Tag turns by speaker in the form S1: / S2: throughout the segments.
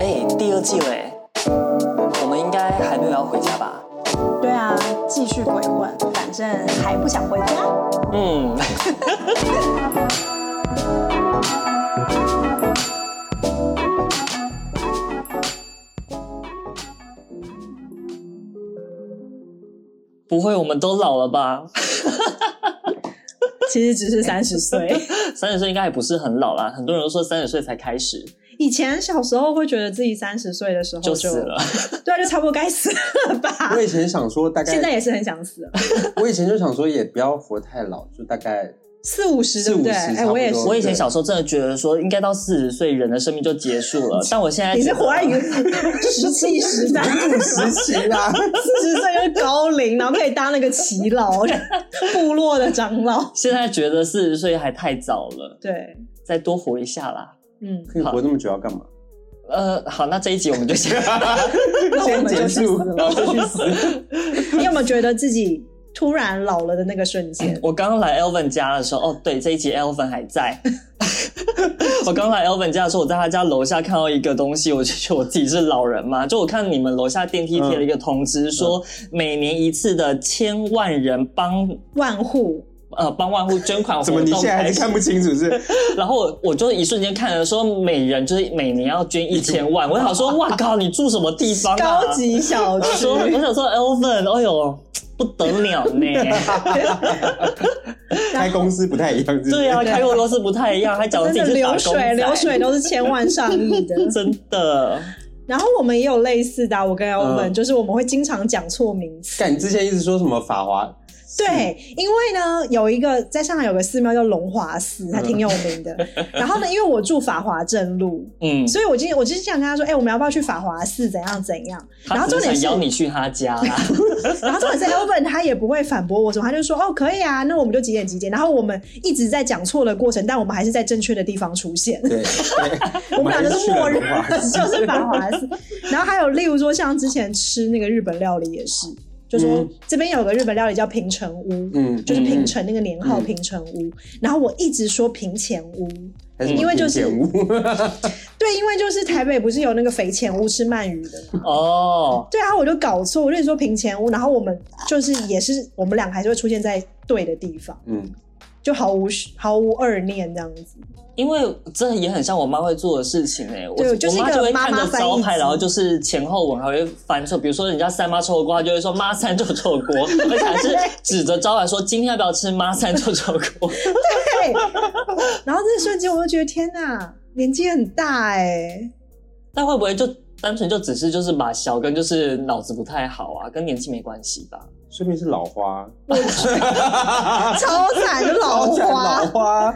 S1: 哎第二季嘞，我们应该还没有要回家吧？
S2: 对啊，继续鬼混，反正还不想回家。
S1: 嗯， 不会，我们都老了吧？
S2: 其实只是三十岁。
S1: 三十岁应该还不是很老啦，很多人都说三十岁才开始
S2: 以前小时候会觉得自己三十岁的时候
S1: 就
S2: 就
S1: 死了，
S2: 对啊，就差不多该死了吧
S3: 我。以前想说，大
S2: 现在
S3: 概
S2: 也是很想死，
S3: 我以前就想说，也不要活太老，就大 概
S2: 四五十对不对？
S3: 四五十
S2: 哎，我也
S3: 差
S2: 是
S3: 不。多
S1: 我以前小时候真的觉得说，应该到四十岁人的生命就结束了，但我现在
S2: 你是
S1: 觉得
S2: 活在原地，十七十三，
S3: 不时 期啦。
S2: 四十岁就是高龄，然后可以当那个耆老， 部落的长老。
S1: 现在觉得四十岁还太早了，
S2: 对，
S1: 再多活一下啦。
S2: 嗯，
S3: 可以活那么久要干嘛？
S1: 呃，好，那这一集我们就先
S2: 那我
S3: 先
S2: 们就
S3: 结
S2: 去
S3: 束
S2: 死，
S3: 然
S2: 了
S3: 后就去死。
S2: 你有没有觉得自己突然老了的那个瞬间？
S1: 我刚来 Elvin 家的时候，哦，对，这一集 Elvin 还在。 我刚来 Elvin 家的时候，我在他家楼下看到一个东西，我就觉得我自己是老人嘛。就我看你们楼下电梯贴了一个通
S3: 嗯
S1: 知，说每年一次的千万人帮
S2: 万户
S1: 呃帮万户捐款活
S3: 怎么
S1: 动
S3: 你现在还
S1: 开
S3: 是
S1: 始
S3: 看不清楚是？
S1: 然后我我就一瞬间看了，说每人就是每年要捐一千万。我想 说，哇靠，你住什么地方、啊？
S2: 高级小
S1: 我
S2: 区
S1: 说，，我想说，Elvin，哎呦，不得了呢。
S3: 开公司不太一样，是不是
S1: 对啊，开过公司不太一样，还讲自
S2: 真
S1: 己
S2: 的
S1: 是打
S2: 流
S1: 工仔
S2: 水流，水都是千万上亿 的。
S1: 真的。
S2: 然后我们也有类似的啊、我跟 Elvin、
S3: 嗯
S2: 就是我们会经常讲错名词。
S3: 干，你之前一直说什么法华？
S2: 对，因为呢，有一个在上海有个寺庙叫龙华寺，
S1: 嗯
S2: 还挺有 名的。然后呢，因为我住法华镇路，
S1: 嗯，
S2: 所以我今天我就是想跟他说，哎、我们要不要去法华寺？怎样怎样？然
S1: 他
S2: 后
S1: 只
S2: 重
S1: 是
S2: 点
S1: 想
S2: 是，
S1: 邀你去他 家啦。
S2: 然后重点是 Elvin 他也不会反驳我什么，他就说哦可以啊，那我们就几点几点。然后我们一直在讲错的过程，但我们还是在正确的地方出现。
S3: 对，对
S2: 我们俩
S3: 还
S2: 就是
S3: 去了
S2: 默认
S3: 龙华寺
S2: 就是法华寺。然后还有例如说像之前吃那个日本料理也是，就说、
S3: 嗯
S2: 这边有个日本料理叫平成屋，
S3: 嗯，
S2: 就是
S1: 嗯
S2: 平成那个年号
S3: 嗯
S2: 平成屋。然后我一直说平前屋，
S3: 还是
S2: 因为就是
S3: 贫贱屋
S2: 对，因为就是台北不是有那个肥前屋吃鳗鱼的吗？
S1: 哦，
S2: 对啊，我就搞错，我就一直说平前屋，然后我们就是也是我们两个还是会出现在对的地方，
S3: 嗯，
S2: 就毫无毫无二念这样子。
S1: 因为这也很像我妈会做的事情哎、我
S2: 对就是
S1: 我
S2: 一
S1: 妈
S2: 个
S1: 就会
S2: 妈
S1: 看
S2: 妈
S1: 着
S2: 翻译
S1: 招牌，
S2: 机
S1: 然后就是前后文还会翻错。比如说人家三妈臭锅，她就会说妈三就臭锅， 而且还是指着招牌说今天要不要吃妈三就臭锅。
S2: 对， 然后那瞬间我就觉得天哪，年纪很大哎、
S1: 但会不会就单纯就只是就是把小跟就是脑子不太好啊，跟年纪没关系吧？
S3: 说明是老 花，
S2: 超惨的老
S3: 超惨
S2: 花哦
S3: 老，花。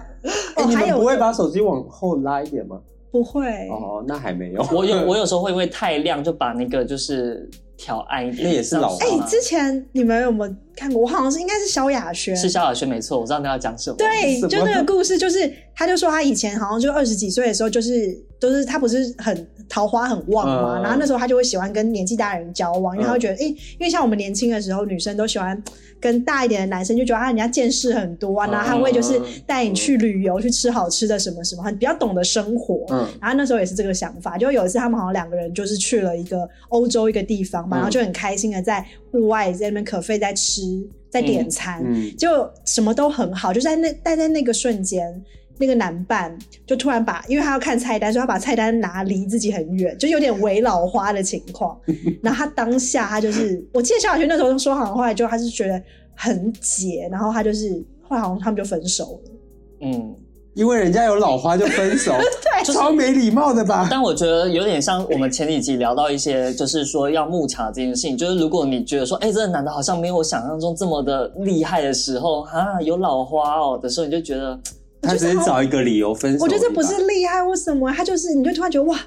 S3: 哎，你
S2: 还
S3: 们
S2: 有
S3: 不会把手机往后拉一点吗？
S2: 不会，
S3: 哦，那还没有。
S1: 我有我有时候会因为太亮就把那个就是调暗一点，
S3: 那也是老
S1: 花
S3: 花。
S2: 哎、之前你们有没有看过？我好像是应该是萧亚轩，
S1: 是萧亚轩没错，我知道你要讲什么。
S2: 对，
S3: 什么
S2: 就那个故事，就是他就说他以前好像就二十几岁的时候，就是都、是他不是很桃花很旺嘛，
S3: 嗯
S2: 然后那时候他就会喜欢跟年纪大的人交往，因为他会
S3: 嗯
S2: 觉得，哎、因为像我们年轻的时候，女生都喜欢跟大一点的男生，就觉得啊，人家见识很多啊，然后他会
S3: 嗯
S2: 就是带你去旅游，去吃好吃的什么什么，很比较懂得生活。
S3: 嗯，
S2: 然后那时候也是这个想法，就有一次他们好像两个人就是去了一个欧洲一个地方嘛，
S3: 嗯
S2: 然后就很开心的在户外在那边可费在吃在点餐，
S3: 嗯
S2: 就什么都很好，就在那但在那个瞬间。那个男伴就突然把，因为他要看菜单，所以他把菜单拿离自己很远，就有点围老花的情 况。然后他当下他就是，我记得萧亚轩那时候说好像后来就他是觉得很解，然后他就是后来好像他们就分手了。
S1: 嗯，
S3: 因为人家有老花就分手，
S2: 对，
S3: 超没礼貌的吧？
S1: 但我觉得有点像我们前几集聊到一些，就是说要慕强这件事情，就是如果你觉得说，哎、这个男的好像没有我想象中这么的厉害的时候，啊，有老花哦的时候，你就觉得
S3: 他只是找一个理由分手。
S2: 我觉得这不是厉害或什么，他就是你就突然觉得哇，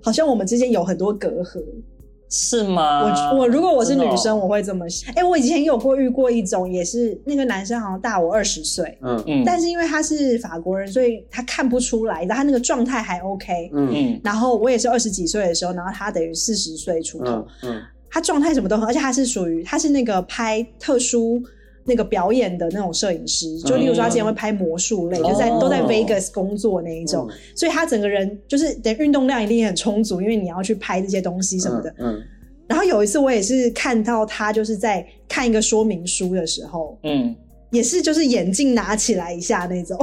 S2: 好像我们之间有很多隔阂。
S1: 是吗？
S2: 我我如果我是女
S1: 啊真的
S2: 生，
S1: 哦
S2: 我会这么想。哎、我以前有过遇过一种，也是那个男生好像大我二十岁，
S3: 嗯
S1: 嗯，
S2: 但是因为他是法国人，所以他看不出来，然后他那个状态还 OK。
S3: 嗯
S1: 嗯
S2: 然后我也是二十几岁的时候，然后他等于四十岁出头，
S3: 嗯嗯
S2: 他状态什么都很，而且他是属于他是那个拍特殊。那个表演的那种摄影师，就例如说他之前会拍魔术类，就在
S1: 嗯哦嗯
S2: 都在 Vegas 工作那一种，
S3: 嗯
S2: 所以他整个人就是等于运动量一定也很充足，因为你要去拍这些东西什么的。
S3: 嗯，
S2: 然后有一次我也是看到他就是在看一个说明书的时候，
S1: 嗯，
S2: 也是就是眼镜拿起来一下那种，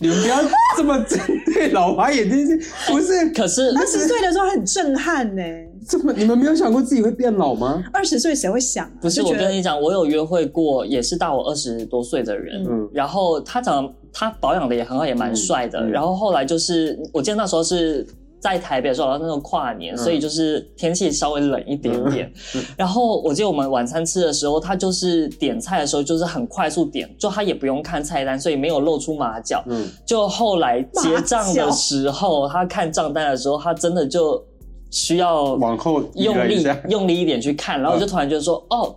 S3: 你们不要这么针对老花眼睛，不是
S1: 嗯可是
S2: 二十岁的时候很震撼呢、
S3: 这么？你们没有想过自己会变老吗？
S2: 二十岁谁会想、啊？
S1: 不是
S2: 就
S1: 我
S2: 觉
S1: 跟
S2: 得
S1: 你讲，我有约会过，也是大我二十多岁的人，
S2: 嗯
S3: 嗯
S1: 然后他长他保养的也很好，也蛮帅的。
S3: 嗯嗯
S1: 然后后来就是我记得那时候是在台北的时候，然后那时候跨年，
S3: 嗯
S1: 所以就是天气稍微冷一点点。然后我记得我们晚餐吃的时候，他就是点菜的时候就是很快速点，就他也不用看菜单，所以没有露出马脚。
S3: 嗯，
S1: 就后来结账的时候，他看账单的时候，他真的就需要
S3: 往后移
S1: 用
S3: 了一
S1: 力
S3: 下，
S1: 用力一点去看，然后我就突然觉得说，哦，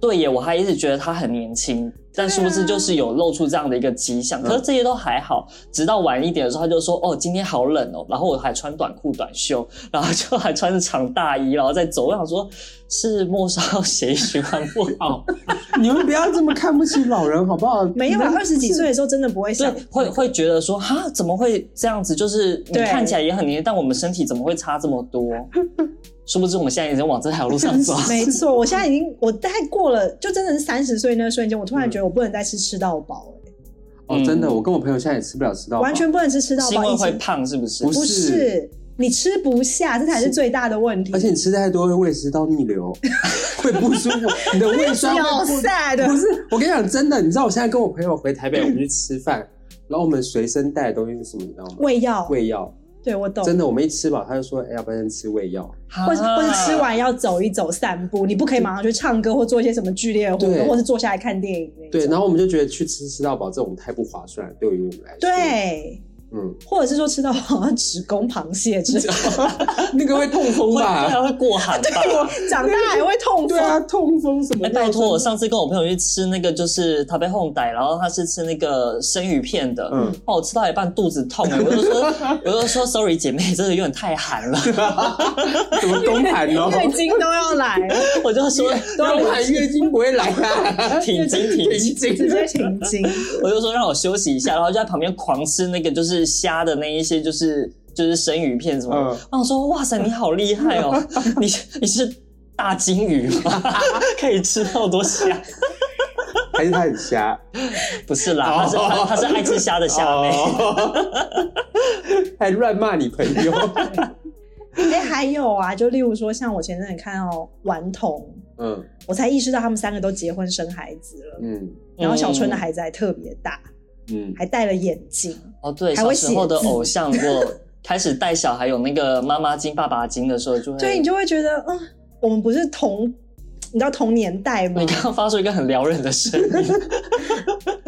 S1: 对耶，我还一直觉得他很年
S2: 啊
S1: 轻，但殊不知就是有露出这样的一个迹象。
S3: 嗯
S1: 可是这些都还好，直到晚一点的时候，他就说，哦，今天好冷哦，然后我还穿短裤短袖， 然后就还穿着长大衣，然后再走。我想说，是末梢血液循环不 好，
S3: 你们不要这么看不起老人好不好？
S2: 没有啊，
S3: 人
S2: 二十几岁的时候真的不会
S1: 所以
S2: 想。
S1: 会会觉得说，哈，怎么会这样子？就是你
S2: 对
S1: 看起来也很年轻，但我们身体怎么会差这么多？殊不知我们现在已经往这条路上走。
S2: 没错，我现在已经我大概过了，就真的是三十岁那瞬间，我突然觉得我不能再吃吃到饱、欸
S3: 哦，真的，我跟我朋友现在也吃不了吃到饱
S2: 完全不能吃吃到
S1: 是因
S2: 饱，
S1: 为
S2: 疫
S1: 会
S2: 情
S1: 胖是不是？
S3: 不
S2: 不是你吃不下，这才是最大的问题。
S3: 而且你吃太多会胃食道逆流，会不舒服，你的胃 酸
S2: 要
S3: 会不
S2: 晒的
S3: 不是，我跟你讲真的，你知道我现在跟我朋友回台北，我们去吃饭，然后我们随身带的东西是什么，你知道吗？
S2: 胃药，
S3: 胃药，
S2: 对我懂。
S3: 真的，我们一吃饱，他就说，哎、要不要先吃胃药？
S2: 或者
S1: 啊
S2: 或者吃完要走一走、散步，你不可以马上去唱歌或做一些什么剧烈的活
S3: 对
S2: 动，或是坐下来看电影那种
S3: 对，然后我们就觉得去吃吃到饱这种太不划算了，对于我们来说，，
S2: 对，
S3: 嗯，
S2: 或者是说吃到好像只供螃蟹之类 的，
S3: 那个会痛风
S1: 会会
S3: 吧？
S1: 会过寒吧？
S2: 长大还会痛
S3: 对啊，
S2: 风。
S3: 痛风什么
S1: 哎，
S3: 药？
S1: 拜托，我上次跟我朋友去吃那个，就是他被烘歹，然后他是吃那个生鱼片的，
S3: 嗯
S1: 哦，我吃到一半肚子痛，哎，我就说， 我就说，sorry，姐妹，这个有点太寒了，
S3: 什么东盘 哦？
S2: 月经都要来，
S1: 我就说，
S3: 东盘月经不会来 啊，
S1: 挺经挺经，
S3: 停经
S2: 直接停经。
S1: 我就说让我休息一下，然后就在旁边狂吃那个就是虾的那一些，就是就是生鱼片什么的。
S3: 嗯
S1: 然后我说哇塞，你好厉害哦，你你是大金鱼吗？ 可以吃那么多虾？
S3: 还是他很瞎？
S1: 不是啦，他是他他是爱吃虾的虾妹。
S3: 哦还乱骂你朋友，
S2: 哎、还有啊，就例如说，像我前阵子看到顽童，
S3: 嗯
S2: 我才意识到他们三个都结婚生孩子了，
S3: 嗯
S2: 然后小春的孩子还特别大，
S3: 嗯，
S2: 还戴了眼镜。
S1: 哦，对，
S2: 还
S1: 小
S2: 会
S1: 时候的
S2: 写字
S1: 偶像我开始带小孩有那个妈妈经、爸爸经的时候，就会
S2: 对你就会觉得，嗯，我们不是同，你知道同年代吗
S1: 你？刚刚发出一个很撩人的声 音，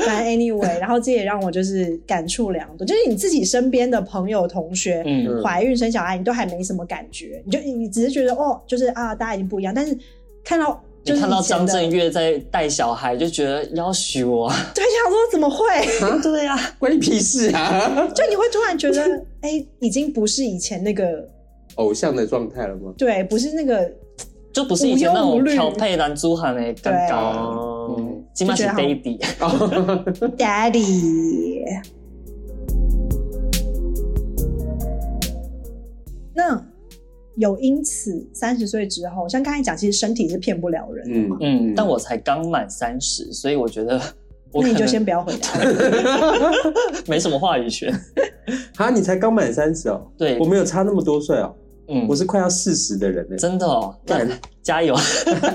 S2: 反 正 anyway，然后这也让我就是感触良多，就是你自己身边的朋友、同学。
S1: 嗯，
S2: 怀孕生小孩，你都还没什么感觉，你就你只是觉得哦，就是啊，大家已经不一样。但是看到
S1: 你
S2: 就是
S1: 看到
S2: 以前
S1: 张
S2: 的
S1: 震岳在带小孩，就觉得要许 我，
S2: 对，想说怎么会？
S1: 对呀、
S3: 关你屁事啊！
S2: 就你会突然觉得，哎、已经不是以前那个，
S3: 偶像的状态了吗？
S2: 对，不是那个，
S1: 就不是以前那
S2: 无忧无
S1: 种
S2: 虑
S1: 调配男猪喊的尴尬了。
S3: 哦
S1: 嗯，今麦是
S2: 就觉得好
S1: baby，
S2: Daddy。那有因此三十岁之后，像刚才讲，其实身体是骗不了人的嘛，
S1: 嗯，但我才刚满三十，所以我觉得我
S2: 那
S1: 可
S2: 你就
S1: 能
S2: 先不要回答了。
S1: 没什么话语权。
S3: 啊，你才刚满三十哦，
S1: 对
S3: 我，没有差那么多岁哦，
S1: 嗯
S3: 我，是快要四十的人呢。
S1: 真的哦，那
S3: 干
S1: 加油！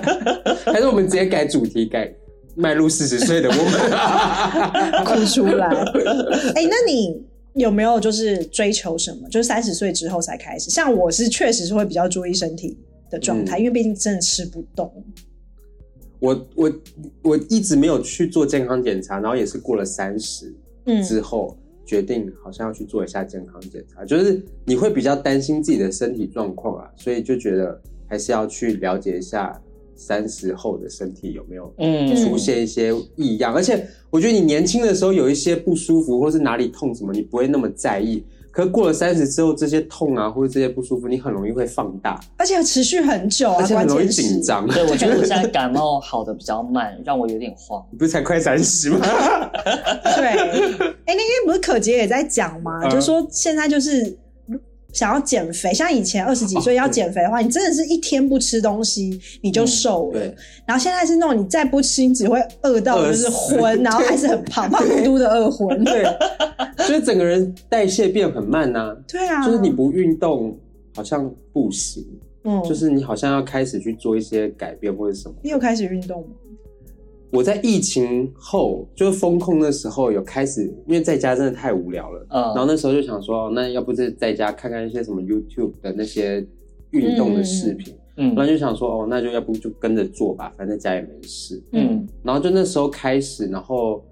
S3: 还是我们直接改主题，改迈入四十岁的 我们。
S2: 哭出来。哎、那你有没有就是追求什么？就是三十岁之后才开始？像我是确实是会比较注意身体的状态，
S3: 嗯
S2: 因为毕竟真的吃不动。
S3: 我我我一直没有去做健康检查，然后也是过了三十
S2: 嗯，
S3: 之后、决定，好像要去做一下健康检查，就是你会比较担心自己的身体状况啊，所以就觉得还是要去了解一下三十后的身体有没有
S1: 嗯，
S2: 嗯
S3: 出现一些异样，而且我觉得你年轻的时候有一些不舒服或是哪里痛什么，你不会那么在意。可是过了三十之后，这些痛啊或者这些不舒服，你很容易会放大，
S2: 而且持续很久啊，
S3: 而且
S2: 关
S3: 很容易
S2: 键是
S3: 紧 张。
S1: 对，我觉得我现在感冒好的比较慢，让我有点慌。
S3: 你不是才快三十吗？
S2: 对，哎、那天不是可杰也在讲嘛，
S3: 嗯
S2: 就说现在就是想要减肥，像以前二十
S3: 哦
S2: 几岁要减肥的话，你真的是一天不吃东西你就瘦了。
S3: 嗯对，
S2: 然后现在是那种你再不吃，你只会饿到
S3: 饿
S2: 就
S3: 死
S2: 是 昏，然后还是很胖，胖嘟嘟的饿昏。
S3: 对，就是整个人代谢变很慢呐、
S2: 对啊，
S3: 就是你不运动好像不行，
S2: 嗯，
S3: 就是你好像要开始去做一些改变或者什么。
S2: 你有开始运动吗？
S3: 我在疫情后，就是封控的时候有开始，因为在家真的太无聊了，
S1: 嗯
S3: 然后那时候就想说，哦那要不就在家看看一些什么 YouTube 的那些运动的视频，
S1: 嗯
S3: 然后就想说，哦，那就要不就跟着做吧，反正在家也没事。
S1: 嗯
S3: 然后就那时候开始，然后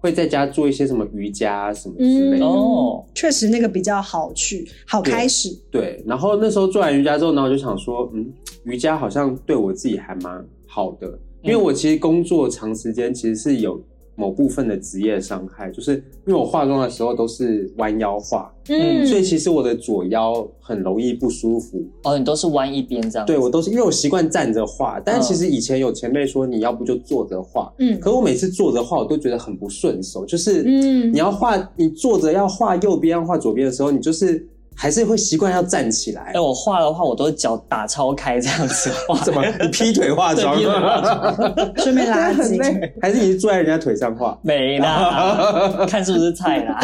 S3: 会在家做一些什么瑜伽啊什么之类的。
S1: 嗯哦，
S2: 确实那个比较好去，好开始。
S3: 对，然后那时候做完瑜伽之后，然后我就想说，嗯，瑜伽好像对我自己还蛮好的，因为我
S1: 嗯
S3: 其实工作长时间其实是有某部分的职业伤害，就是因为我化妆的时候都是弯腰化，
S1: 嗯
S3: 所以其实我的左腰很容易不舒服。
S1: 哦，你都是弯一边这样。
S3: 对，我都是因为我习惯站着画，但
S1: 嗯
S3: 其实以前有前辈说你要不就坐着画，
S2: 嗯
S3: 可我每次坐着画我都觉得很不顺手，就是
S2: 嗯
S3: 你要画你坐着要画右边要画左边的时候，你就是还是会习惯要站起来
S1: 哎，。我画的话，我都是脚打超开这样子画。
S3: 怎么你劈腿化妆？
S1: 对劈腿化妆
S2: 顺便拉
S3: 很
S2: 筋。
S3: 累， 还是你是坐在人家腿上 画？
S1: 没啦，看是不是菜啦。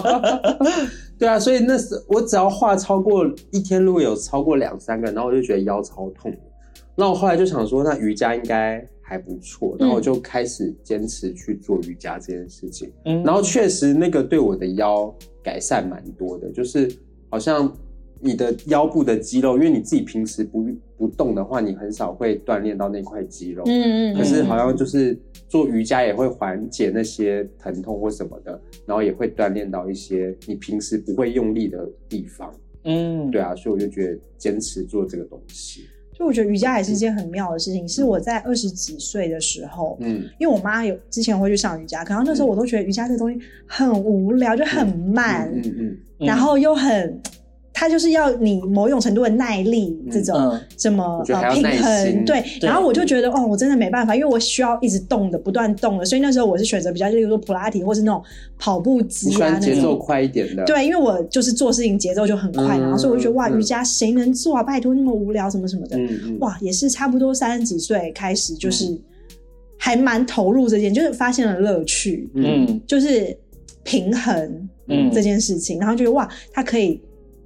S3: 对啊，所以那时我只要画超过一天，如果有超过两三个，然后我就觉得腰超痛。那我后来就想说，那瑜伽应该还不错，然后我就开始坚持去做瑜伽这件事情。
S1: 嗯
S3: 然后确实那个对我的腰改善蛮多的，就是好像你的腰部的肌肉，因为你自己平时不不动的话，你很少会锻炼到那块肌肉。
S2: 嗯嗯，
S3: 可是好像就是做瑜伽也会缓解那些疼痛或什么的，然后也会锻炼到一些你平时不会用力的地方。
S1: 嗯，
S3: 对啊，所以我就觉得坚持做这个东西，
S2: 就我觉得瑜伽也是一件很妙的事情，是我在二十几岁的时候，
S3: 嗯，
S2: 因为我妈有之前会去上瑜伽，可能那时候我都觉得瑜伽这个东西很无聊，就很慢，
S3: 嗯嗯
S1: 嗯
S2: 然后又很，它就是要你某种程度的耐力
S3: 嗯
S2: 这种。
S1: 嗯
S2: 什么
S3: 我觉得还
S2: 呃
S3: 要耐
S2: 平
S3: 心
S2: 衡对，
S1: 对
S2: 然后我就觉得哦，我真的没办法，因为我需要一直动的，不断动的，所以那时候我是选择比较，例如说普拉提或是那种跑步
S3: 你
S2: 机
S3: 喜
S2: 啊
S3: 欢
S2: 那
S3: 节
S2: 种。
S3: 奏快一点的，，
S2: 对，因为我就是做事情节奏就很快，
S3: 嗯
S2: 然后所以我就觉得哇，
S3: 嗯
S2: 瑜伽谁能做啊？拜托那么无聊什么什么的，
S3: 嗯嗯，
S2: 哇，也是差不多三十几岁开始，就是还蛮投入这件，就是发现了乐趣，
S3: 嗯
S1: 嗯
S2: 就是平衡
S1: 嗯
S2: 这件事情，然后觉得哇，它可以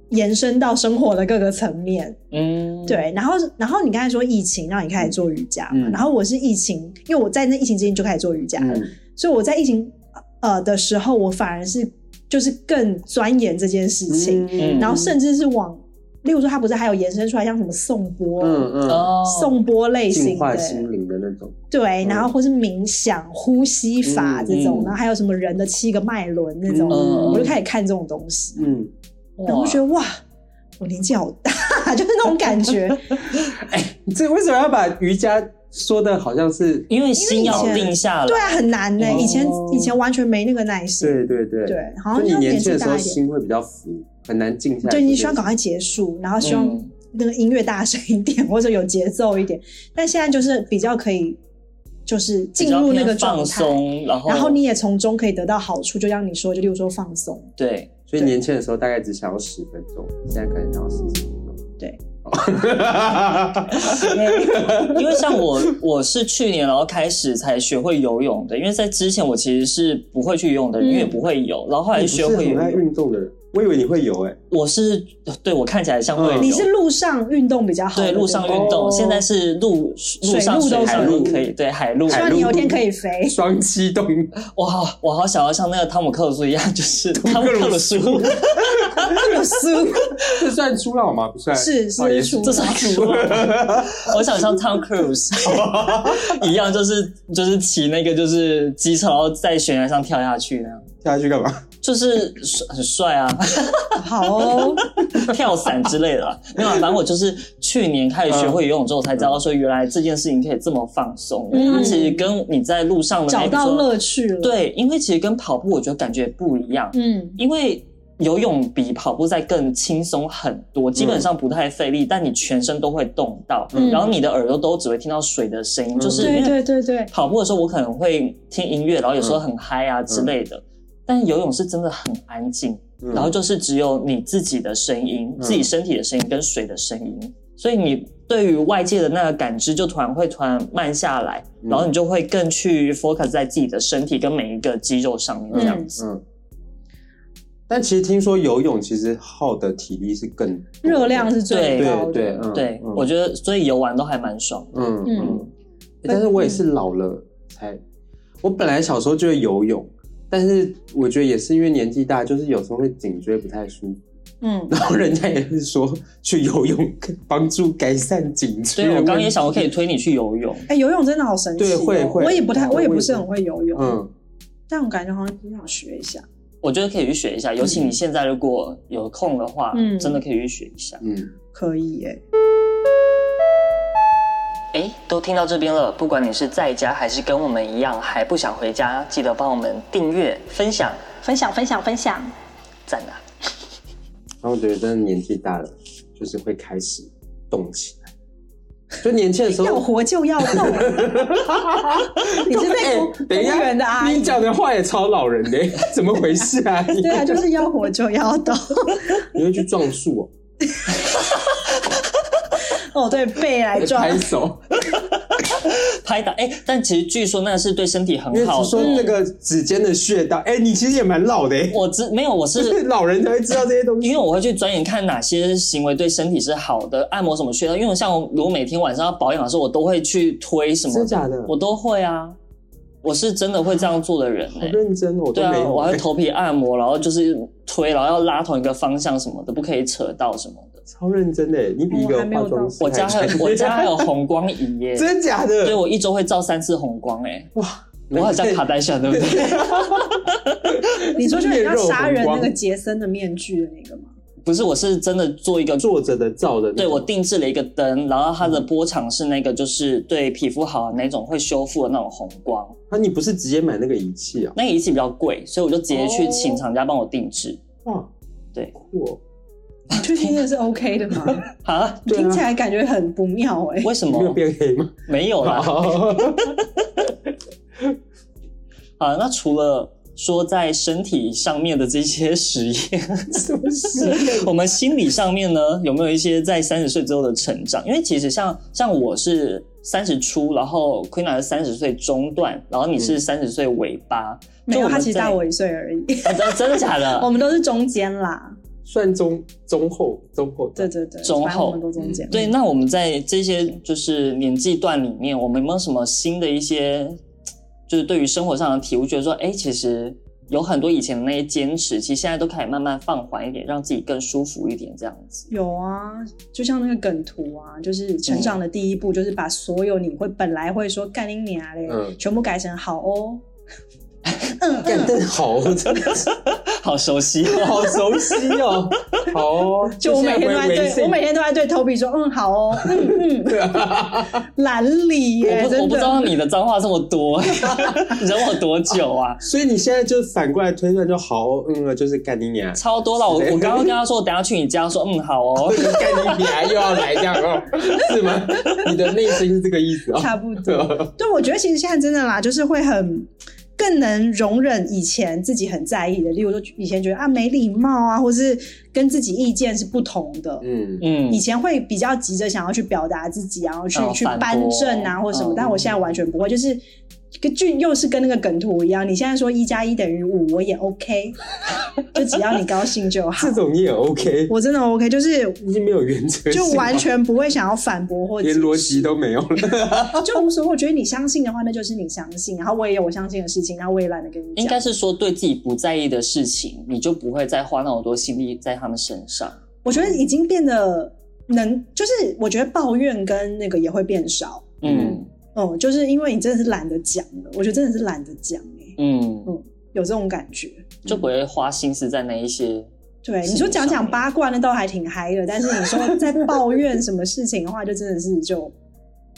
S2: 延伸到生活的各个层面，
S1: 嗯，
S2: 对。然后，然后你刚才说疫情让你开始做瑜伽嘛，
S3: 嗯
S2: 然后我是疫情，因为我在那疫情之前就开始做瑜伽了，
S3: 嗯
S2: 所以我在疫情呃的时候，我反而是就是更钻研这件事情，
S1: 嗯
S2: 然后甚至是往，例如说，它不是还有延伸出来像什么颂钵。
S3: 嗯嗯，
S1: 哦，
S2: 颂钵类型
S3: 净化
S2: 的，
S3: 心灵的那种，
S2: 对，
S3: 嗯
S2: 然后或是冥想、呼吸法这
S1: 嗯
S2: 种，
S1: 嗯
S2: 然后还有什么人的七个脉轮那种，
S1: 嗯
S2: 我就开始看这种东西，
S3: 嗯，
S2: 然后我就觉
S1: 得
S2: 得哇，我年纪好大， 就是那种感觉。
S3: 你这为什么要把瑜伽说的好像是？
S1: 因为心要定下来，
S2: 对啊，很难呢、
S1: 哦
S2: 以前以前完全没那个耐心，
S3: 对对对，
S2: 对，好像
S3: 就你
S2: 要
S3: 年
S2: 年
S3: 轻
S2: 纪
S3: 的时
S2: 大
S3: 候
S2: 一点，
S3: 心会比较浮，很难静下来。
S2: 对，你需要赶快结束，然后希望
S1: 嗯
S2: 那个音乐大声一点，或者有节奏一点。但现在就是比较可以，就是进入那
S1: 比较
S2: 个
S1: 偏
S2: 状
S1: 放
S2: 态，
S1: 松，然后
S2: 然后你也从中可以得到好处，就像你说，就例如说放 松。
S1: 对，
S3: 所以年轻的时候大概只想要十分钟，现在可能想要四十分钟。
S2: 对
S3: 哦，
S1: 因为像我，我是去年然后开始才学会游泳的，因为在之前我其实是不会去游泳的人，
S2: 嗯
S1: 因为也不会游，然后后来
S3: 你
S1: 就学
S3: 不是
S1: 会
S3: 很爱
S1: 游泳。
S3: 运动的人，我以为你会游哎、
S1: 我是对我看起来像会游，
S2: 你是哦路上运动比较好的，
S1: 对路上运动，
S3: 哦
S1: 现在是路路上
S2: 水
S1: 水
S2: 路都
S1: 海
S3: 是
S1: 路
S3: 路
S1: 可以，对海路
S2: 希
S3: 海
S2: 望
S3: 路
S2: 你有一天可 以肥。
S3: 双栖动物，
S1: 我好，我好想要像那个汤姆克鲁斯一样，就是 汤姆克鲁斯，
S2: 有苏
S3: 这算初老吗？不算，
S2: 是是
S3: 哦也是
S2: 初
S1: 这是输了。我想像汤姆克鲁 斯一样，就是就是骑那个就是机车，然后在悬崖上跳下去那样，
S3: 跳下去干嘛？
S1: 就是很帅啊，
S2: 好 哦，
S1: 跳伞之类的啦。没有啊，反正我就是去年开始学会游泳之后，才知道说原来这件事情可以这么放松，因为它其实跟你在路上的那
S2: 嗯找
S1: 个
S2: 到
S1: 说
S2: 乐趣了。，
S1: 对，因为其实跟跑步我觉得感觉不一样，
S2: 嗯
S1: 因为游泳比跑步在更轻松很多，基本上不太费力，但你全身都会动到，
S2: 嗯
S1: 然后你的耳朵都只会听到水的声音，
S3: 嗯
S1: 就是
S2: 对
S1: 因为
S2: 对对对，
S1: 跑步的时候我可能会听音乐，然后有时候很嗨啊之类的，但游泳是真的很安静，
S3: 嗯
S1: 然后就是只有你自己的声音、
S3: 嗯
S1: 自己身体的声音跟水的声音，所以你对于外界的那个感知就突然会突然慢下来，
S3: 嗯
S1: 然后你就会更去 focus 在自己的身体跟每一个肌肉上面这样子。
S3: 嗯。但其实听说游泳其实耗的体力是更多的
S2: 热量是最高
S3: 对
S2: 的。
S3: 对嗯
S1: 对，
S3: 嗯
S1: 我觉得所以游玩都还蛮爽的。
S3: 嗯
S2: 嗯
S3: 嗯，但是我也是老了才，我本来小时候就会游泳，但是我觉得也是因为年纪大，就是有时候会颈椎不太舒服，
S2: 嗯，
S3: 然后人家也是说去游泳帮助改善颈椎
S1: 对，
S3: 的问题。
S1: 我刚刚也想，我可以推你去游泳。
S2: 哎，游泳真的好神奇哦。
S3: 对会会
S2: 我也不太，
S3: 会
S2: 我也不是很会游泳，
S3: 嗯，
S2: 但我感觉好像挺想学一下。
S1: 我觉得可以去学一下，尤其你现在如果有空的话，
S2: 嗯
S1: 真的可以去学一下。
S3: 嗯
S2: 可以耶，
S1: 哎，都听到这边了，不管你是在家还是跟我们一样还不想回家，记得帮我们订阅、分享、
S4: 分享分享分享，
S1: 赞啊！
S3: 然后我觉得真的年纪大了，就是会开始动起来。就年轻的时
S2: 要
S3: 候，
S2: 活就 要动。你是被
S3: 哎
S2: 公公
S3: 等一
S2: 园的
S3: 下，
S2: 阿
S3: 你
S2: 姨？
S3: 讲的话也超老人的，怎么回事 啊？
S2: 对啊，就是要活就要动。
S3: 你会去撞树哦。
S2: 哦，对，背来撞。
S3: 拍手，
S1: 拍打哎，诶但其实据说那是对身体
S3: 因为
S1: 很好
S3: 只说
S1: 的。
S3: 那个指尖的穴道，哎、你其实也蛮老的、欸，
S1: 我知没有，我
S3: 就是 是老人才会知道这些东西。
S1: 因为我会去钻研看哪些行为对身体是好的，按摩什么穴道。因为我像我，如果每天晚上要保养的时候，我都会去推什么
S3: 真的假的
S1: 我都会啊。我是真的会这样做的人、
S3: 好
S1: 欸，
S3: 认真哦，我都
S1: 对啊
S3: 没，有、
S1: 我还
S3: 欸
S1: 会头皮按摩，然后就是推，然后要拉同一个方向什么的，不可以扯到什么 的。
S3: 超认真的、欸，你比一个化妆师
S1: 我家还有
S3: 还
S1: 我家还有红光仪 耶，
S3: 真假的，
S1: 对我一周会照三次红光哎、
S3: 哇，
S1: 我好像卡戴珊对不对？
S2: 你说就是要杀人那个杰森的面具的那个吗？
S1: 不是，我是真的做一个，
S3: 坐着的照的那种，
S1: 对我定制了一个灯，然后它的波长是那个就是对皮肤好的啊那种会修复的那种红光，
S3: 啊，你不是直接买那个仪器啊？
S1: 那个仪器比较贵，所以我就直接去请厂家帮我定 制。
S3: 哇，
S1: 对
S3: 酷哦，
S2: 你确定这是 OK 的 吗？
S1: 啊？
S3: 对啊
S2: 听起来感觉很不妙哎、
S1: 为什
S3: 你
S1: 么
S3: 没有变黑吗？
S1: 没有啦？
S3: 好，
S1: 啊，那除了说在身体上面的这些实验，
S3: 什么事？
S1: 我们心理上面呢，有没有一些在三十岁之后的成长？因为其实像像我是三十出，然后 Queen a 是三十岁中段，然后你
S2: 嗯
S1: 是三十岁尾巴，
S2: 没
S1: 就
S2: 有，
S1: 我们
S2: 他其实
S1: 在
S2: 大我一岁而已。
S1: 啊真真的假
S2: 我
S1: 的？
S2: 们都是中间啦，
S3: 算中中后中后，
S2: 对对对，
S1: 中后
S2: 反正我们都中 间。
S1: 对，那我们在这些就是年纪段里面，我们有没有什么新的一些，就是对于生活上的体悟，觉得说，哎，其实有很多以前的那些坚持，其实现在都开始慢慢放缓一点，让自己更舒服一点，这样子。
S2: 有啊，就像那个梗图啊，就是成长的第一步，就是把所有你会本来会说干你娘嘞，
S3: 嗯
S2: 全部改成好哦。
S3: 干但好， 真的是
S1: 好熟悉哦。
S3: 好熟悉哦，好哦，
S2: 就我每天都在
S3: 现在回微
S2: 对
S3: 信
S2: 我每天都在对 Toby 说，嗯，好哦，嗯嗯， 懒理耶，
S1: 我不我
S2: 真
S1: 不知
S2: 的
S1: 道你的脏话这么多， 忍我多久啊？
S3: 所以你现在就反过来推断，就好哦，嗯啊，就是干你娘，
S1: 超多了，我我刚刚跟他说，我等下去你家，说嗯好哦
S3: 哦，，你干你娘又要来这样哦，是吗？你的内心是这个意思哦。
S2: 差不
S3: 对
S2: 多。
S3: 吧
S2: 对，我觉得其实现在真的啦，就是会很更能容忍以前自己很在意的，例如说以前觉得啊没礼貌啊，或是跟自己意见是不同的。
S3: 嗯，
S1: 嗯
S2: 以，前会比较急着想要去表达自己啊，然后去、
S1: 哦
S2: 去
S1: 反驳
S2: 扳正啊，或什么，
S1: 嗯
S2: 但我现在完全不会，就是跟就又是跟那个梗图一样，你现在说一加一等于五，我也 OK，就 只要你高兴就好
S3: 这。种你也 OK，
S2: 我真的 OK，就是
S3: 已经没有原则性
S2: 就
S3: 了，
S2: 完全不会想要反驳或
S3: 连
S2: 解
S3: 逻辑都没有了。
S2: 哦就无所谓。我觉得你相信的话，那就是你相信。然后我也有我相信的事情，然后我也懒得跟你讲。
S1: 应该是说对自己不在意的事情，你就不会再花那么多心力在他们身上。
S2: 我觉得已经变得能，就是我觉得抱怨跟那个也会变少。
S1: 嗯
S2: 嗯，就是因为你真的是懒得讲了，我觉得真的是懒得讲哎、
S1: 嗯，
S2: 有这种感觉。
S1: 就不会花心思在那一些。
S2: 对，
S1: 是
S2: 你说讲
S1: 上
S2: 讲
S1: 面
S2: 八卦那倒还挺嗨的，但是你说在抱怨什么事情的话，就真的是就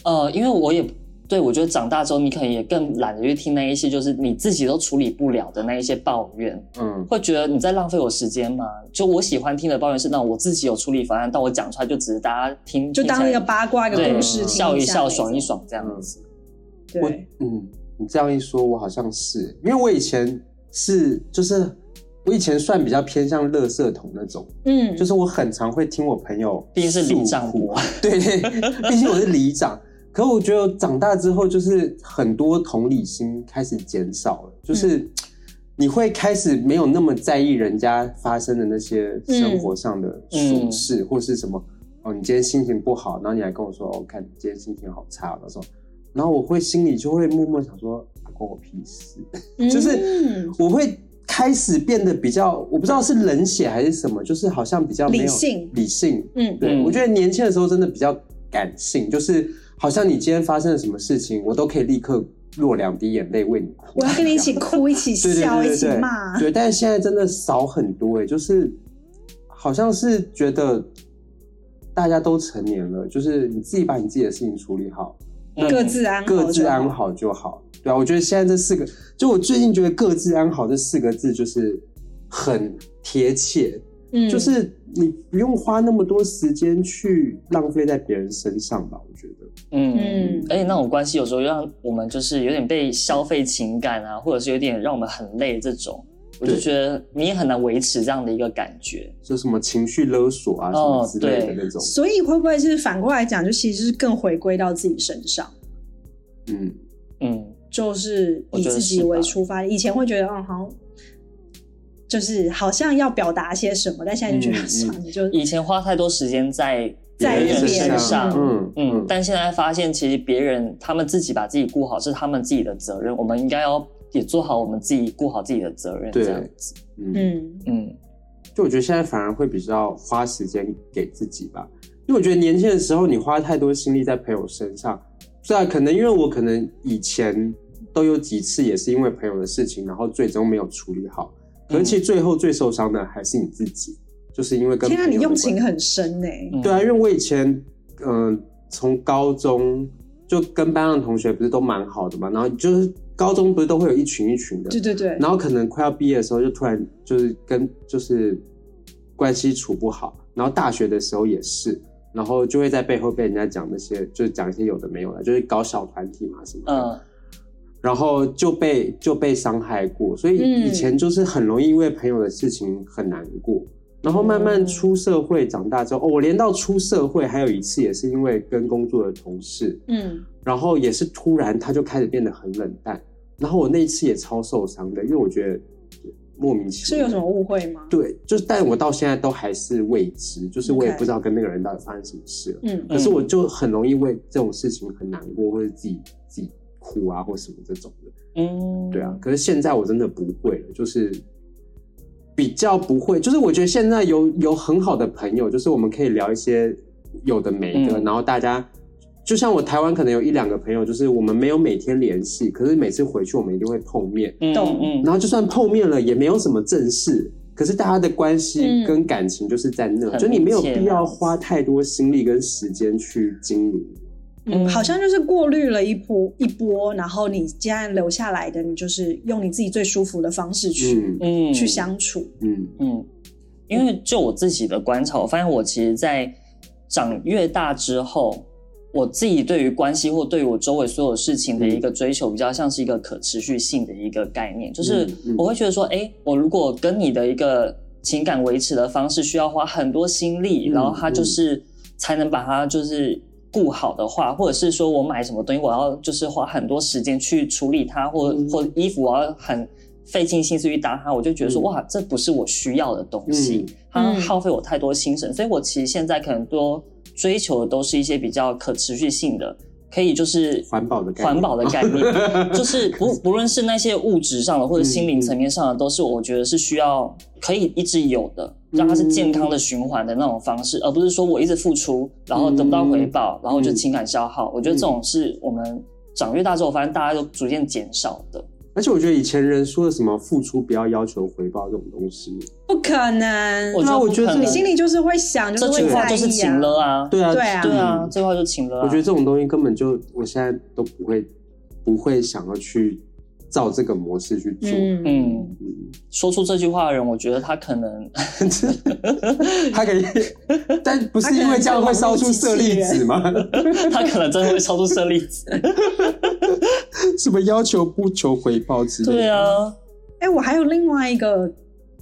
S1: 呃，因为我也对，我觉得长大之后，你可能也更懒得去听那一些，就是你自己都处理不了的那一些抱怨，
S3: 嗯，
S1: 会觉得你在浪费我时间吗？就我喜欢听的抱怨是那种我自己有处理方案，但我讲出来就只是大家听，
S2: 就当一个
S1: 听起
S2: 八卦一个
S1: 对
S2: 故事听
S1: 来
S2: 下
S1: 笑一笑、
S2: 那种
S1: 爽一。爽这样子。
S3: 我
S2: 对，
S3: 嗯，你这样一说，我好像是，因为我以前是就是我以前算比较偏向垃圾桶那种，
S2: 嗯，
S3: 就是我很常会听我朋友，
S1: 毕竟是里长
S3: 苦，
S1: 伯，
S3: 对，毕竟我是里长。可我觉得长大之后，就是很多同理心开始减少了，就是
S1: 嗯
S3: 你会开始没有那么在意人家发生的那些
S1: 嗯
S3: 生活上的琐事，或是什么哦，你今天心情不好，然后你还跟我说，哦，看你今天心情好差，那时候，然后我会心里就会默默想说，啊关我屁事。就是
S2: 嗯
S3: 我会开始变得比较，我不知道是冷血还是什么，就是好像比较没有
S2: 理性
S3: 理性。
S2: 嗯
S3: 对，
S1: 嗯
S3: 我觉得年轻的时候真的比较感性，就是好像你今天发生了什么事情，我都可以立刻落两滴眼泪为你哭。
S2: 我要跟你一起哭，一起
S3: 对对
S2: 笑，
S3: 对
S2: 一
S3: 对
S2: 起
S3: 对，
S2: 骂。
S3: 对，但是现在真的少很多哎、就是好像是觉得大家都成年了，就是你自己把你自己的事情处理好，
S1: 嗯
S2: 各自安好就好，
S3: 各自安好就好。对啊，我觉得现在这四个，就我最近觉得“各自安好”这四个字就是很贴切，
S2: 嗯，
S3: 就是你不用花那么多时间去浪费在别人身上吧。我觉得，
S1: 嗯
S2: 嗯，
S1: 而且那种关系有时候让我们就是有点被消费情感啊，或者是有点让我们很累这种，我就
S3: 对
S1: 觉得你也很难维持这样的一个感觉。
S3: 就什么情绪勒索啊什么
S1: 哦
S3: 之类的
S1: 对
S3: 那种，
S2: 所以会不会是反过来讲，就其实是更回归到自己身上，
S3: 嗯，
S1: 嗯，
S2: 就是
S1: 我
S2: 以
S1: 觉得
S2: 自己
S1: 是吧
S2: 为出发点。以前会觉得，嗯，好像就是好像要表达些什么，但现在就觉
S3: 嗯
S2: 得，
S3: 嗯
S2: 算了，你就
S1: 以前花太多时间在
S2: 在
S1: 别人
S2: 意别
S1: 身
S2: 人
S1: 上，
S3: 嗯
S1: 嗯，但现在发现其实别人他们自己把自己顾好是他们自己的责任，我们应该要也做好我们自己顾好自己的责任，
S3: 对
S1: 这样子。
S3: 嗯
S2: 嗯，
S1: 嗯
S3: 就我觉得现在反而会比较花时间给自己吧，因为我觉得年轻的时候你花太多心力在朋友身上，虽然可能因为我可能以前都有几次也是因为朋友的事情，然后最终没有处理好，可是其
S2: 嗯
S3: 实最后最受伤的还是你自己，就是因为跟
S2: 天啊，
S3: 朋友
S2: 你
S3: 的
S2: 用
S3: 关
S2: 情很深呢、
S1: 嗯，
S3: 对啊，因为我以前嗯、从高中就跟班上的同学不是都蛮好的嘛，然后就是高中不是都会有一群一群的，
S2: 对对对，
S3: 然后可能快要毕业的时候，就突然就是跟就是关系处不好，然后大学的时候也是，然后就会在背后被人家讲那些，就是讲一些有的没有的，就是搞小团体嘛什么的，
S1: 嗯，
S3: 然后就被就被伤害过，所以
S2: 嗯
S3: 以前就是很容易因为朋友的事情很难过。然后慢慢出社会长大之后，哦，我连到出社会还有一次也是因为跟工作的同事，
S2: 嗯，
S3: 然后也是突然他就开始变得很冷淡，然后我那一次也超受伤的，因为我觉得莫名其
S2: 是
S3: 妙
S2: 有什么误会吗？
S3: 对，就是但我到现在都还是未知，就是我也
S2: OK
S3: 不知道跟那个人到底发生什么事了。
S2: 嗯
S1: 嗯
S3: 可是我就很容易为这种事情很难过，或者自己自己哭啊，或什么这种的。
S1: 嗯，
S3: 对啊，，可是现在我真的不会了，就是比较不会，就是我觉得现在有有很好的朋友，就是我们可以聊一些有的没的，
S1: 嗯
S3: 然后大家就像我台湾可能有一两个朋友，就是我们没有每天联系，可是每次回去我们一定会碰面，
S1: 嗯
S2: 懂
S1: 嗯
S3: 然后就算碰面了也没有什么正事。可是大家的关系
S2: 嗯
S3: 跟感情就是在那，
S1: 嗯很
S3: 就你没有
S1: 密切
S3: 必要
S1: 啦
S3: 花太多心力跟时间去经营。
S2: 嗯，
S1: 嗯
S2: 好像就是过滤了一波一波，然后你既然留下来的，你就是用你自己最舒服的方式去、
S3: 嗯
S1: 嗯，
S2: 去相处。
S3: 嗯
S1: 嗯，因为就我自己的观察，我发现我其实，在长越大之后，我自己对于关系或对于我周围所有事情的一个追求，比较像是一个可持续性的一个概念，就是
S3: 嗯嗯
S1: 我会觉得说，哎、我如果跟你的一个情感维持的方式需要花很多心力，
S3: 嗯
S1: 然后它就
S3: 嗯
S1: 是才能把它就是。顾好的话，或者是说我买什么东西，我要就是花很多时间去处理它，或、
S3: 嗯
S1: 或衣服我要很费尽心思去搭它，我就觉得说、
S3: 嗯
S1: 哇，这不是我需要的东西，它
S2: 嗯
S1: 耗费我太多心神，所以我其实现在可能多追求的都是一些比较可持续性的，可以就是
S3: 环保的概念
S1: 环保的概念， 就是不不论是那些物质上的或者心
S3: 嗯
S1: 灵层面上的，都是我觉得是需要可以一直有的，让它是健
S3: 嗯
S1: 康的循环的那种方式，而不是说我一直付出，然后得不到
S3: 嗯
S1: 回报，然后就情感消耗。我觉得这种是我们长越大之后，发现大家都逐渐减少的。
S3: 而且我觉得以前人说的什么付出不要要求回报这种东西，
S2: 不可能。
S1: 我觉得
S3: 那我觉
S1: 不
S3: 得
S1: 可
S3: 这
S1: 能
S2: 你心里就是会想，
S1: 这
S2: 是
S1: 句
S2: 会
S1: 话
S2: 在
S1: 就是
S2: 意
S1: 请
S2: 啊。
S1: 了啊，
S3: 对啊，
S2: 对啊
S1: 对啊，
S3: 嗯
S1: 这句话就请了啊。
S3: 我觉得这种东西根本就我现在都不会不会想要去照这个模式去做。
S2: 嗯，
S1: 嗯，说出这句话的人，我觉得他可能
S3: 他可以，但不是因为这样会烧出舍利子吗？
S1: 他可能真的会超出舍 利子。
S3: 什么要求不求回报之类的？
S1: 对，啊，
S2: 哎、我还有另外一个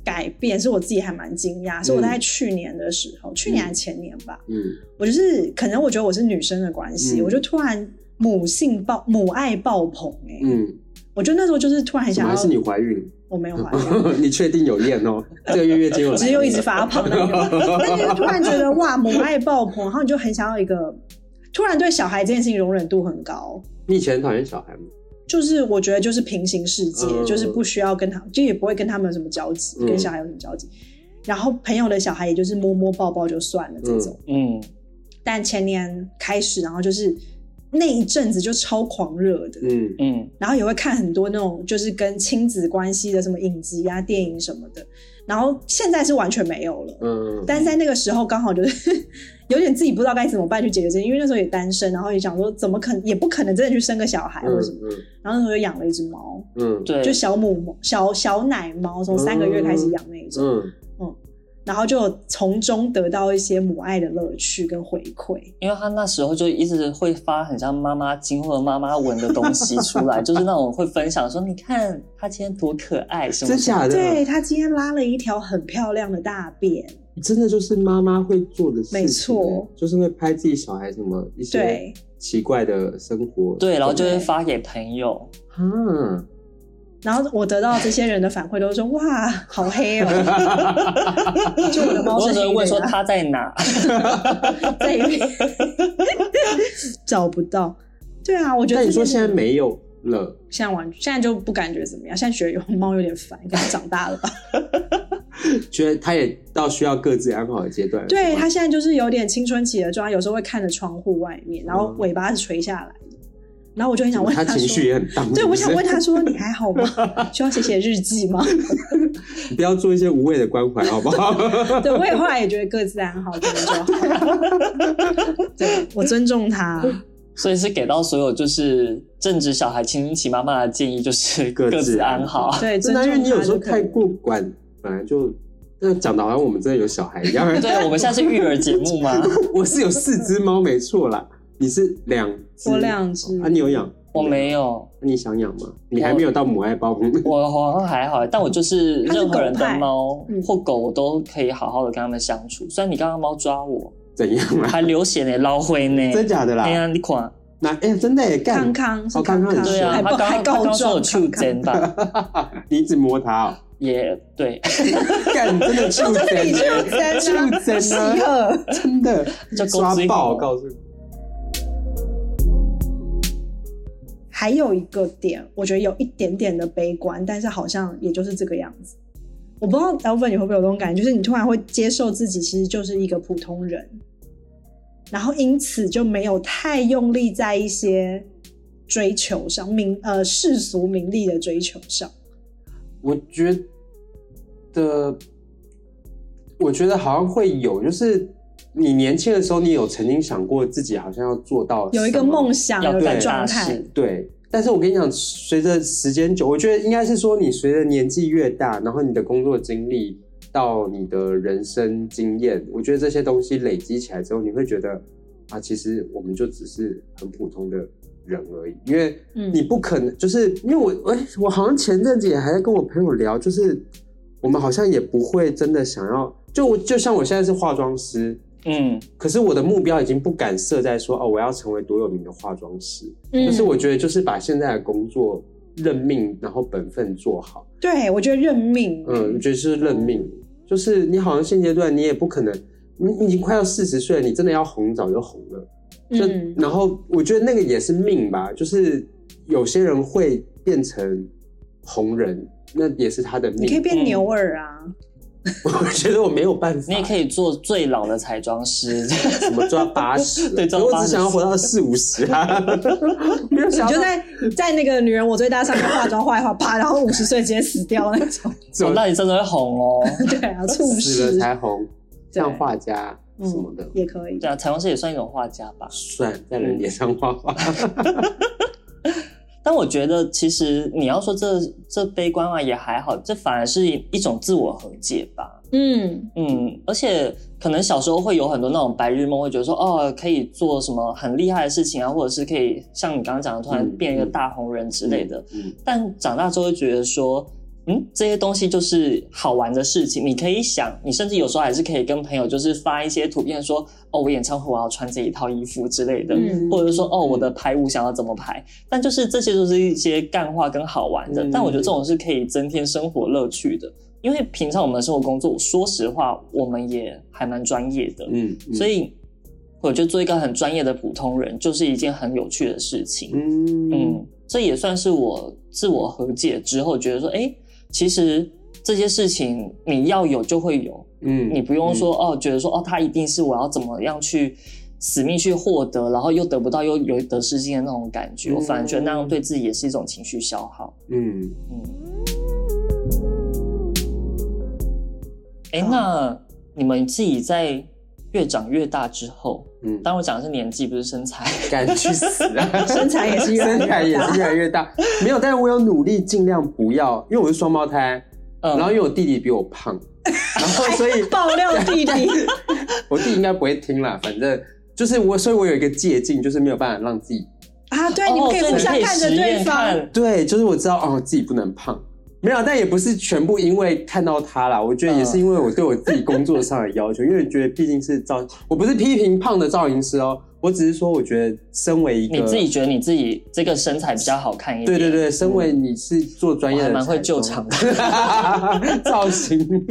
S2: 改变，是我自己还蛮惊讶，是我在去年的时候，去年还前年吧，
S3: 嗯，
S2: 我就是可能我觉得我是女生的关系，
S3: 嗯
S2: 我就突然母性爆母爱爆棚哎、
S3: 嗯，
S2: 我就那时候就是突然很
S3: 怎
S2: 想
S3: 么
S2: 要，
S3: 还是你怀孕？
S2: 我没有怀孕，
S3: 你确定有验 哦？这个月月经有来吗，
S2: 只有一直发胖那个，但是就突然觉得哇母爱爆棚，然后你就很想要一个，突然对小孩这件事情容忍度很高。
S3: 你以前很讨厌小孩吗？
S2: 就是我觉得就是平行世界，
S3: 嗯
S2: 就是不需要跟他，就也不会跟他们有什么交集，
S3: 嗯
S2: 跟小孩有什么交集。然后朋友的小孩也就是摸摸抱抱就算了这种。
S1: 嗯，
S2: 但前年开始，然后就是那一阵子就超狂热的，
S3: 嗯
S1: 嗯，
S2: 然后也会看很多那种就是跟亲子关系的什么影集啊、电影什么的。然后现在是完全没有了。
S3: 嗯，
S2: 但是在那个时候刚好就是 有点自己不知道该怎么办去解决这件事，因为那时候也单身，然后也想说怎么可能也不可能真的去生个小孩或者什么，
S3: 嗯
S2: 然后那时候就养了一只猫，
S3: 嗯
S1: 对，
S2: 就小母猫小小奶猫，从三个月开始养那一种，
S3: 嗯
S2: 然后就从中得到一些母爱的乐趣跟回馈。
S1: 因为他那时候就一直会发很像妈妈经或者妈妈文的东西出来，就是那种会分享说，你看他今天多可爱什
S3: 嗯，
S1: 么
S3: 真
S1: 什么。
S3: 假的？
S2: 对，他今天拉了一条很漂亮的大便，
S3: 真的就是妈妈会做的事情，啊
S2: 没错，
S3: 就是会拍自己小孩什么一些
S2: 对
S3: 奇怪的生活，
S1: 对，然后就
S3: 啊
S1: 会发给朋友，，
S2: 然后我得到这些人的反馈都是说哇，好 黑哦，就我的猫
S1: 我
S2: 是
S1: 只
S2: 黑
S1: 会问说
S2: 的啊，
S1: 他在哪，
S2: 在一边 找不到。对啊，我觉得
S3: 但你说
S2: 这件事
S3: 现在没有了，
S2: 现在完现在就不感觉怎么样，现在觉得有猫有点烦，可能长大了吧。
S3: 觉得他也到需要各自安好的阶段了，
S2: 对
S3: 是吗
S2: 它现在就是有点青春期的状态，有时候会看着窗户外面，然后尾巴是垂下来的。然后我就很想问
S3: 嗯他
S2: 说，
S3: 情绪也很荡，
S2: 对，我
S3: 是
S2: 想
S3: 不是
S2: 问他说：“你还好 吗？需要写写日记吗
S3: 你不要做一些无谓的关怀，好 不好？？”
S2: 对，我也后来也觉得各自安好，可能就好。对我尊重 他，
S1: 所以是给到所有就是正值小孩青春期妈妈的建议，就是
S3: 各
S1: 各
S3: 自
S1: 自安好。
S2: 对，尊
S3: 真的，
S2: 重
S3: 因为你有时候
S2: 他就可以
S3: 太过管，本来就那讲的好像我们真的有小孩 一样。
S1: 对，我们现在是育儿节目吗？
S3: 我是有四只猫，没错啦。你是两只，
S2: 我两只
S3: 啊，你有养？
S1: 我 没有，
S3: 那你想养吗？你还没有到母爱包红。
S1: 我好像还好，但我就是
S2: 它是
S1: 任何人
S2: 狗
S1: 的
S2: 派
S1: 猫
S2: 嗯
S1: 或狗，我都可以好好的跟它们相处。虽然你刚刚猫抓我，
S3: 怎样啊？
S1: 还流血呢，捞灰呢，
S3: 真假的
S1: 哎
S3: 啦？
S1: 呀，你看，
S3: 那哎，真的耶
S2: 康
S3: 干，
S2: 康是
S3: 哦康
S2: 康
S3: 康
S2: 康，
S3: 很
S1: 对
S3: 凶
S1: 啊，
S2: 还
S1: 他
S2: 不
S1: 刚
S2: 还
S1: 刚他
S2: 告
S1: 刚说有
S2: 状
S1: 触
S2: 康康。
S1: 针 吧，
S3: 你一直摸它哦。
S1: 也对，
S3: 干，真的 畜
S2: 哦你就
S3: 生，
S2: 真啊，
S3: 畜
S2: 喜
S3: 生啊，
S2: 贺，
S3: 真的
S1: 就
S3: 抓
S1: 狗追狗
S3: 爆，我告诉你。
S2: 还有一个点，我觉得有一点点的悲观，但是好像也就是这个样子。我不知道 Elvin 你会不会有这种感觉，就是你突然会接受自己其实就是一个普通人，然后因此就没有太用力在一些追求上，名呃世俗名利的追求上。
S3: 我觉得，我觉得好像会有，就是你年轻的时候，你有曾经想过自己好像要做到
S2: 有一个
S3: 什么
S2: 梦，想，
S1: 要
S2: 有一
S1: 干
S2: 个
S3: 对
S1: 大
S2: 状态
S1: 事，，
S3: 对。但是我跟你讲，随着时间久，我觉得应该是说，你随着年纪越大，然后你的工作经历到你的人生经验，我觉得这些东西累积起来之后，你会觉得啊，其实我们就只是很普通的人而已，因为
S2: 嗯
S3: 你不可能，就是因为我我我好像前阵子也还在跟我朋友聊，就是我们好像也不会真的想要，就我就像我现在是化妆师，
S1: 嗯，
S3: 可是我的目标已经不敢设在说哦，我要成为多有名的化妆师，
S2: 嗯
S3: 就是我觉得就是把现在的工作认命，然后本分做好，
S2: 对我觉得认命，
S3: 嗯，我觉得是认命，就是你好像现阶段你也不可能，你你已经快要四十岁了，你真的要红早就红了。就、
S2: 嗯
S3: 然后我觉得那个也是命吧，就是有些人会变成红人，那也是他的
S2: 你可以
S3: 命。
S2: 变牛耳啊，
S3: 我觉得我没有办法。
S1: 你也可以做最老的彩妆师，
S3: 怎么抓八十？
S1: 对抓
S3: 我
S1: 80
S3: 只想要活到四五十 啊！没有
S2: 你
S3: 想
S2: 就
S3: 到
S2: 在在那个女人我最大上面化妆化一化，啪，然后五十岁直接死掉那种。
S3: 怎
S1: 我
S3: 么
S1: 那你真的会红哦。
S2: 对啊，猝
S3: 死了
S2: 死
S3: 才红，
S2: 对嗯
S3: 像画家什么的，
S2: 也可以。
S1: 对啊，彩妆师也算一种画家吧。
S3: 算在人脸上画画。
S1: 但我觉得其实你要说这这悲观啊嘛也还好，这反而是一种自我和解吧。
S5: 嗯，
S1: 嗯，而且可能小时候会有很多那种白日梦，会觉得说哦，可以做什么很厉害的事情啊，或者是可以像你刚刚讲的，突然
S3: 嗯
S1: 变一个大红人之类的。
S3: 嗯，
S1: 但长大之后就觉得说，嗯，这些东西就是好玩的事情，你可以想，你甚至有时候还是可以跟朋友就是发一些图片说，哦，我演唱会我要穿这一套衣服之类的，
S2: 嗯
S1: 或者说哦，我的排舞想要怎么排。但就是这些都是一些干话跟好玩的，
S3: 嗯
S1: 但我觉得这种是可以增添生活乐趣的，因为平常我们的生活工作，说实话，我们也还蛮专业的，
S3: 嗯，嗯
S1: 所以我觉得做一个很专业的普通人，就是一件很有趣的事情。
S3: 嗯
S1: 嗯，这也算是我自我和解之后，觉得说，哎，其实这些事情你要有就会有，
S3: 嗯
S1: 你不用说、哦，觉得说哦，他一定是我要怎么样去死命去获得，然后又得不到，又有得失心的那种感觉。我反而觉得那样对自己也是一种情绪消耗。
S3: 嗯，
S1: 嗯，哎，那你们自己在越长越大之后，
S3: 嗯
S1: 当然我讲的是年纪，不是身材。
S3: 敢去死 啊！
S2: 身材也是越来越大
S3: 身材也是越来越大。没有，但是我有努力尽量不要，因为我是双胞胎，
S1: 嗯
S3: 然后因为我弟弟比我胖，然后所以
S2: 爆料弟 弟，
S3: 我弟应该不会听啦，反正就是我，所以我有一个借镜，就是没有办法让自己
S2: 啊，对，你们可以
S1: 哦所
S2: 互
S1: 你
S2: 相
S1: 可以
S2: 看着
S1: 实验
S2: 对方。
S1: 看
S3: 对，就是我知道哦，自己不能胖。没有，但也不是全部因为看到他啦，我觉得也是因为我对我自己工作上的要求，因为觉得毕竟是造，我不是批评胖的造型师哦，我只是说我觉得身为一个
S1: 你自己觉得你自己这个身材比较好看一
S3: 对
S1: 点。
S3: 对对，身为你是做专业的，
S1: 我还蛮会 救场
S3: 造型。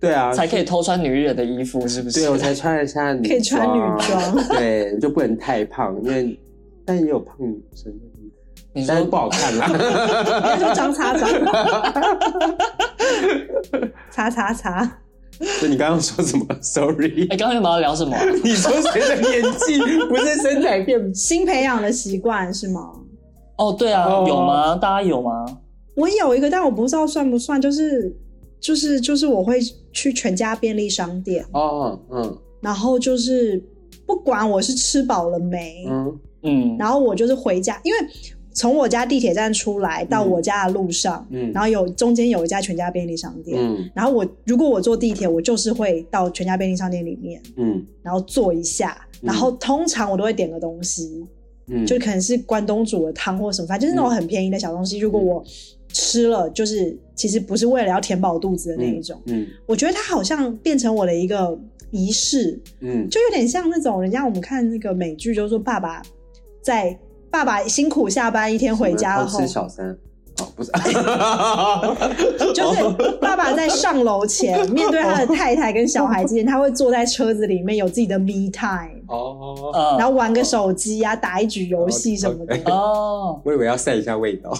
S3: 对啊，
S1: 才可以偷穿女艺人的衣服，是不是？
S3: 对我才穿得下女
S2: 可以穿女
S3: 装，对，就不能太胖，因为但也有胖女生的衣服，
S1: 你
S3: 但是
S1: 说
S3: 不好看啦。
S2: 他说张叉 叉，叉叉叉，
S3: 所以你刚刚说什么？Sorry，
S1: 哎，刚刚我们要聊什么啊？
S3: 你说谁的年纪不是身材变？
S2: 新培养的习惯是吗？
S1: 哦，对啊，
S3: 哦
S1: 有吗？大家有吗？
S2: 我有一个，但我不知道算不算，就是就是就是我会去全家便利商店，
S3: 哦，嗯
S2: 然后就是不管我是吃饱了没，
S3: 嗯
S1: 嗯，
S2: 然后我就是回家，因为从我家地铁站出来到我家的路上，
S3: 嗯
S2: 然后有中间有一家全家便利商店，
S3: 嗯
S2: 然后我如果我坐地铁，我就是会到全家便利商店里面，
S3: 嗯
S2: 然后坐一下，
S3: 嗯
S2: 然后通常我都会点个东西，
S3: 嗯，
S2: 就可能是关东煮的汤或什么，反正就是那种很便宜的小东西。如果我吃了，就是其实不是为了要填饱肚子的那一种。
S3: 嗯
S2: 我觉得它好像变成我的一个仪式，
S3: 嗯
S2: 就有点像那种人家我们看那个美剧，就是说爸爸在爸爸辛苦下班一天回家
S3: 然
S2: 后
S3: 后，吃小三。哦，不是，
S2: 就是爸爸在上楼前面对他的太太跟小孩之间，他会坐在车子里面有自己的 me time，
S3: 哦，
S1: 嗯
S2: 然后玩个手机啊，打一局游戏什么的。
S1: 哦，
S3: 我以为要晒一下味道，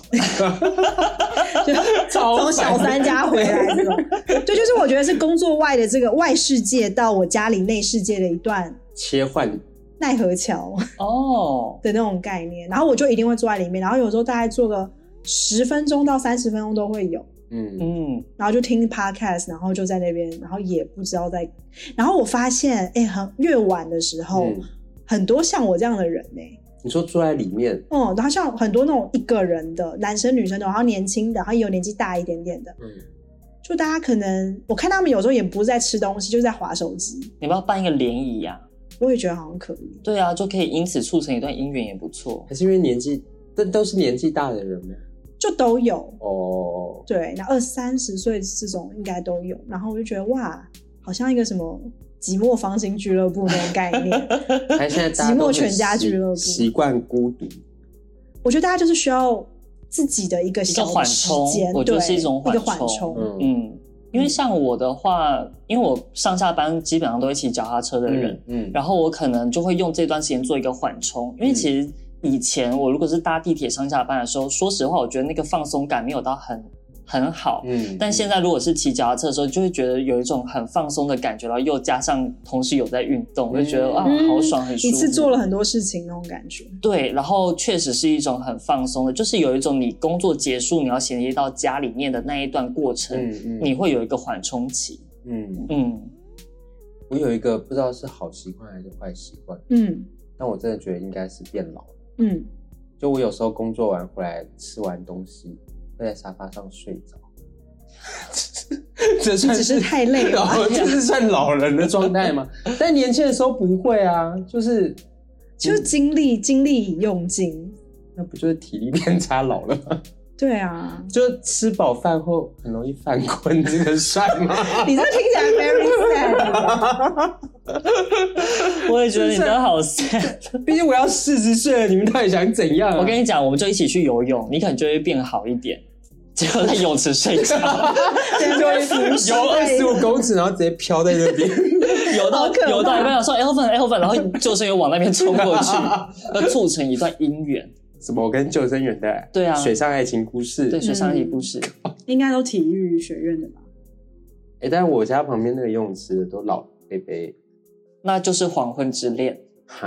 S3: 超
S2: 从小
S3: 烦
S2: 三家回来这种，对，就是我觉得是工作外的这个外世界到我家里内世界的一段
S3: 切换，
S2: 奈何桥
S1: 哦，
S2: 的那种概念，然后我就一定会坐在里面，然后有时候大概坐个十分钟到三十分钟都会有，
S3: 嗯
S1: 嗯，
S2: 然后就听 podcast，然后就在那边，然后也不知道在，然后我发现，哎、很越晚的时候，
S3: 嗯，
S2: 很多像我这样的人呢、
S3: 你说坐在里面，
S2: 嗯，然后像很多那种一个人的男生女生的，然后年轻的，然后也有年纪大一点点的，
S3: 嗯，
S2: 就大家可能我看他们有时候也不是在吃东西，就是在划手机，
S1: 你们要办一个联谊呀？
S2: 我也觉得好像可以。
S1: 对啊，就可以因此促成一段姻缘，也不错。
S3: 还是因为年纪，但都是年纪大的人吗？
S2: 就都有，
S3: 哦，
S2: 对，那二三十岁这种应该都有。然后我就觉得哇，好像一个什么寂寞方形俱乐部那种概念。
S3: 还现在
S2: 寂
S3: 大家
S2: 寞
S3: 都是
S2: 全家
S3: 习
S2: 俱乐部
S3: 习惯孤独，
S2: 我觉得大家就是需要自己的一个
S1: 一
S2: 小
S1: 个缓
S2: 时
S1: 冲
S2: 间，
S1: 我觉得
S2: 对
S1: 是一种
S2: 一个
S1: 缓
S2: 缓
S1: 冲
S2: 冲。
S3: 嗯
S1: 嗯，因为像我的话，因为我上下班基本上都一起脚踏车的人，
S3: 嗯
S1: 然后我可能就会用这段时间做一个缓冲，因为其实以前我如果是搭地铁上下班的时候，说实话，我觉得那个放松感没有到很很好。
S3: 嗯
S1: 但现在如果是骑脚踏车的时候，就会觉得有一种很放松的感觉，然后又加上同时有在运动，我就觉得
S3: 嗯
S1: 啊，好爽，很舒服。
S4: 一次做了很多事情那种感觉。
S1: 对，然后确实是一种很放松的，就是有一种你工作结束，你要衔接到家里面的那一段过程，
S3: 嗯嗯
S1: 你会有一个缓冲期。
S3: 嗯，
S1: 嗯，
S3: 我有一个不知道是好习惯还是坏习惯，
S4: 嗯
S3: 但我真的觉得应该是变老了。
S4: 嗯，
S3: 就我有时候工作完回来吃完东西，会在沙发上睡着。 这算
S4: 只是太累 了吧。
S3: 老，这是算老人的状态吗？但年轻的时候不会啊，就是
S4: 就是精力精力已用尽。
S3: 那不就是体力变差老了吗？
S4: 对啊，
S3: 就吃饱饭后很容易犯困，这个算 吗？
S4: 你这听起来 very sad。
S1: 我也觉得你真的好 sad。
S3: 毕竟我要四十岁了，你们到底想怎
S4: 嗯
S3: 样、啊？
S1: 我跟你讲，我们就一起去游泳，你可能就会变好一点。 结果在泳池睡 觉，
S3: 就一直游二十五公尺，然后直接飘在那边。
S1: 游到
S4: 好可怕
S1: 游到一半说 Elvin Elvin，然后救生员往那边冲过去， 要促成一段姻缘。
S3: 什么？我跟救生员的
S1: 对啊
S3: 水上爱情故事。
S1: 对，
S3: 哎、
S1: 水上一故
S4: 嗯
S1: 事。
S4: 应该都体育学院的吧？
S3: 但是我家旁边那个游泳池都老贝贝，
S1: 那就是黄昏之恋。
S3: 哈，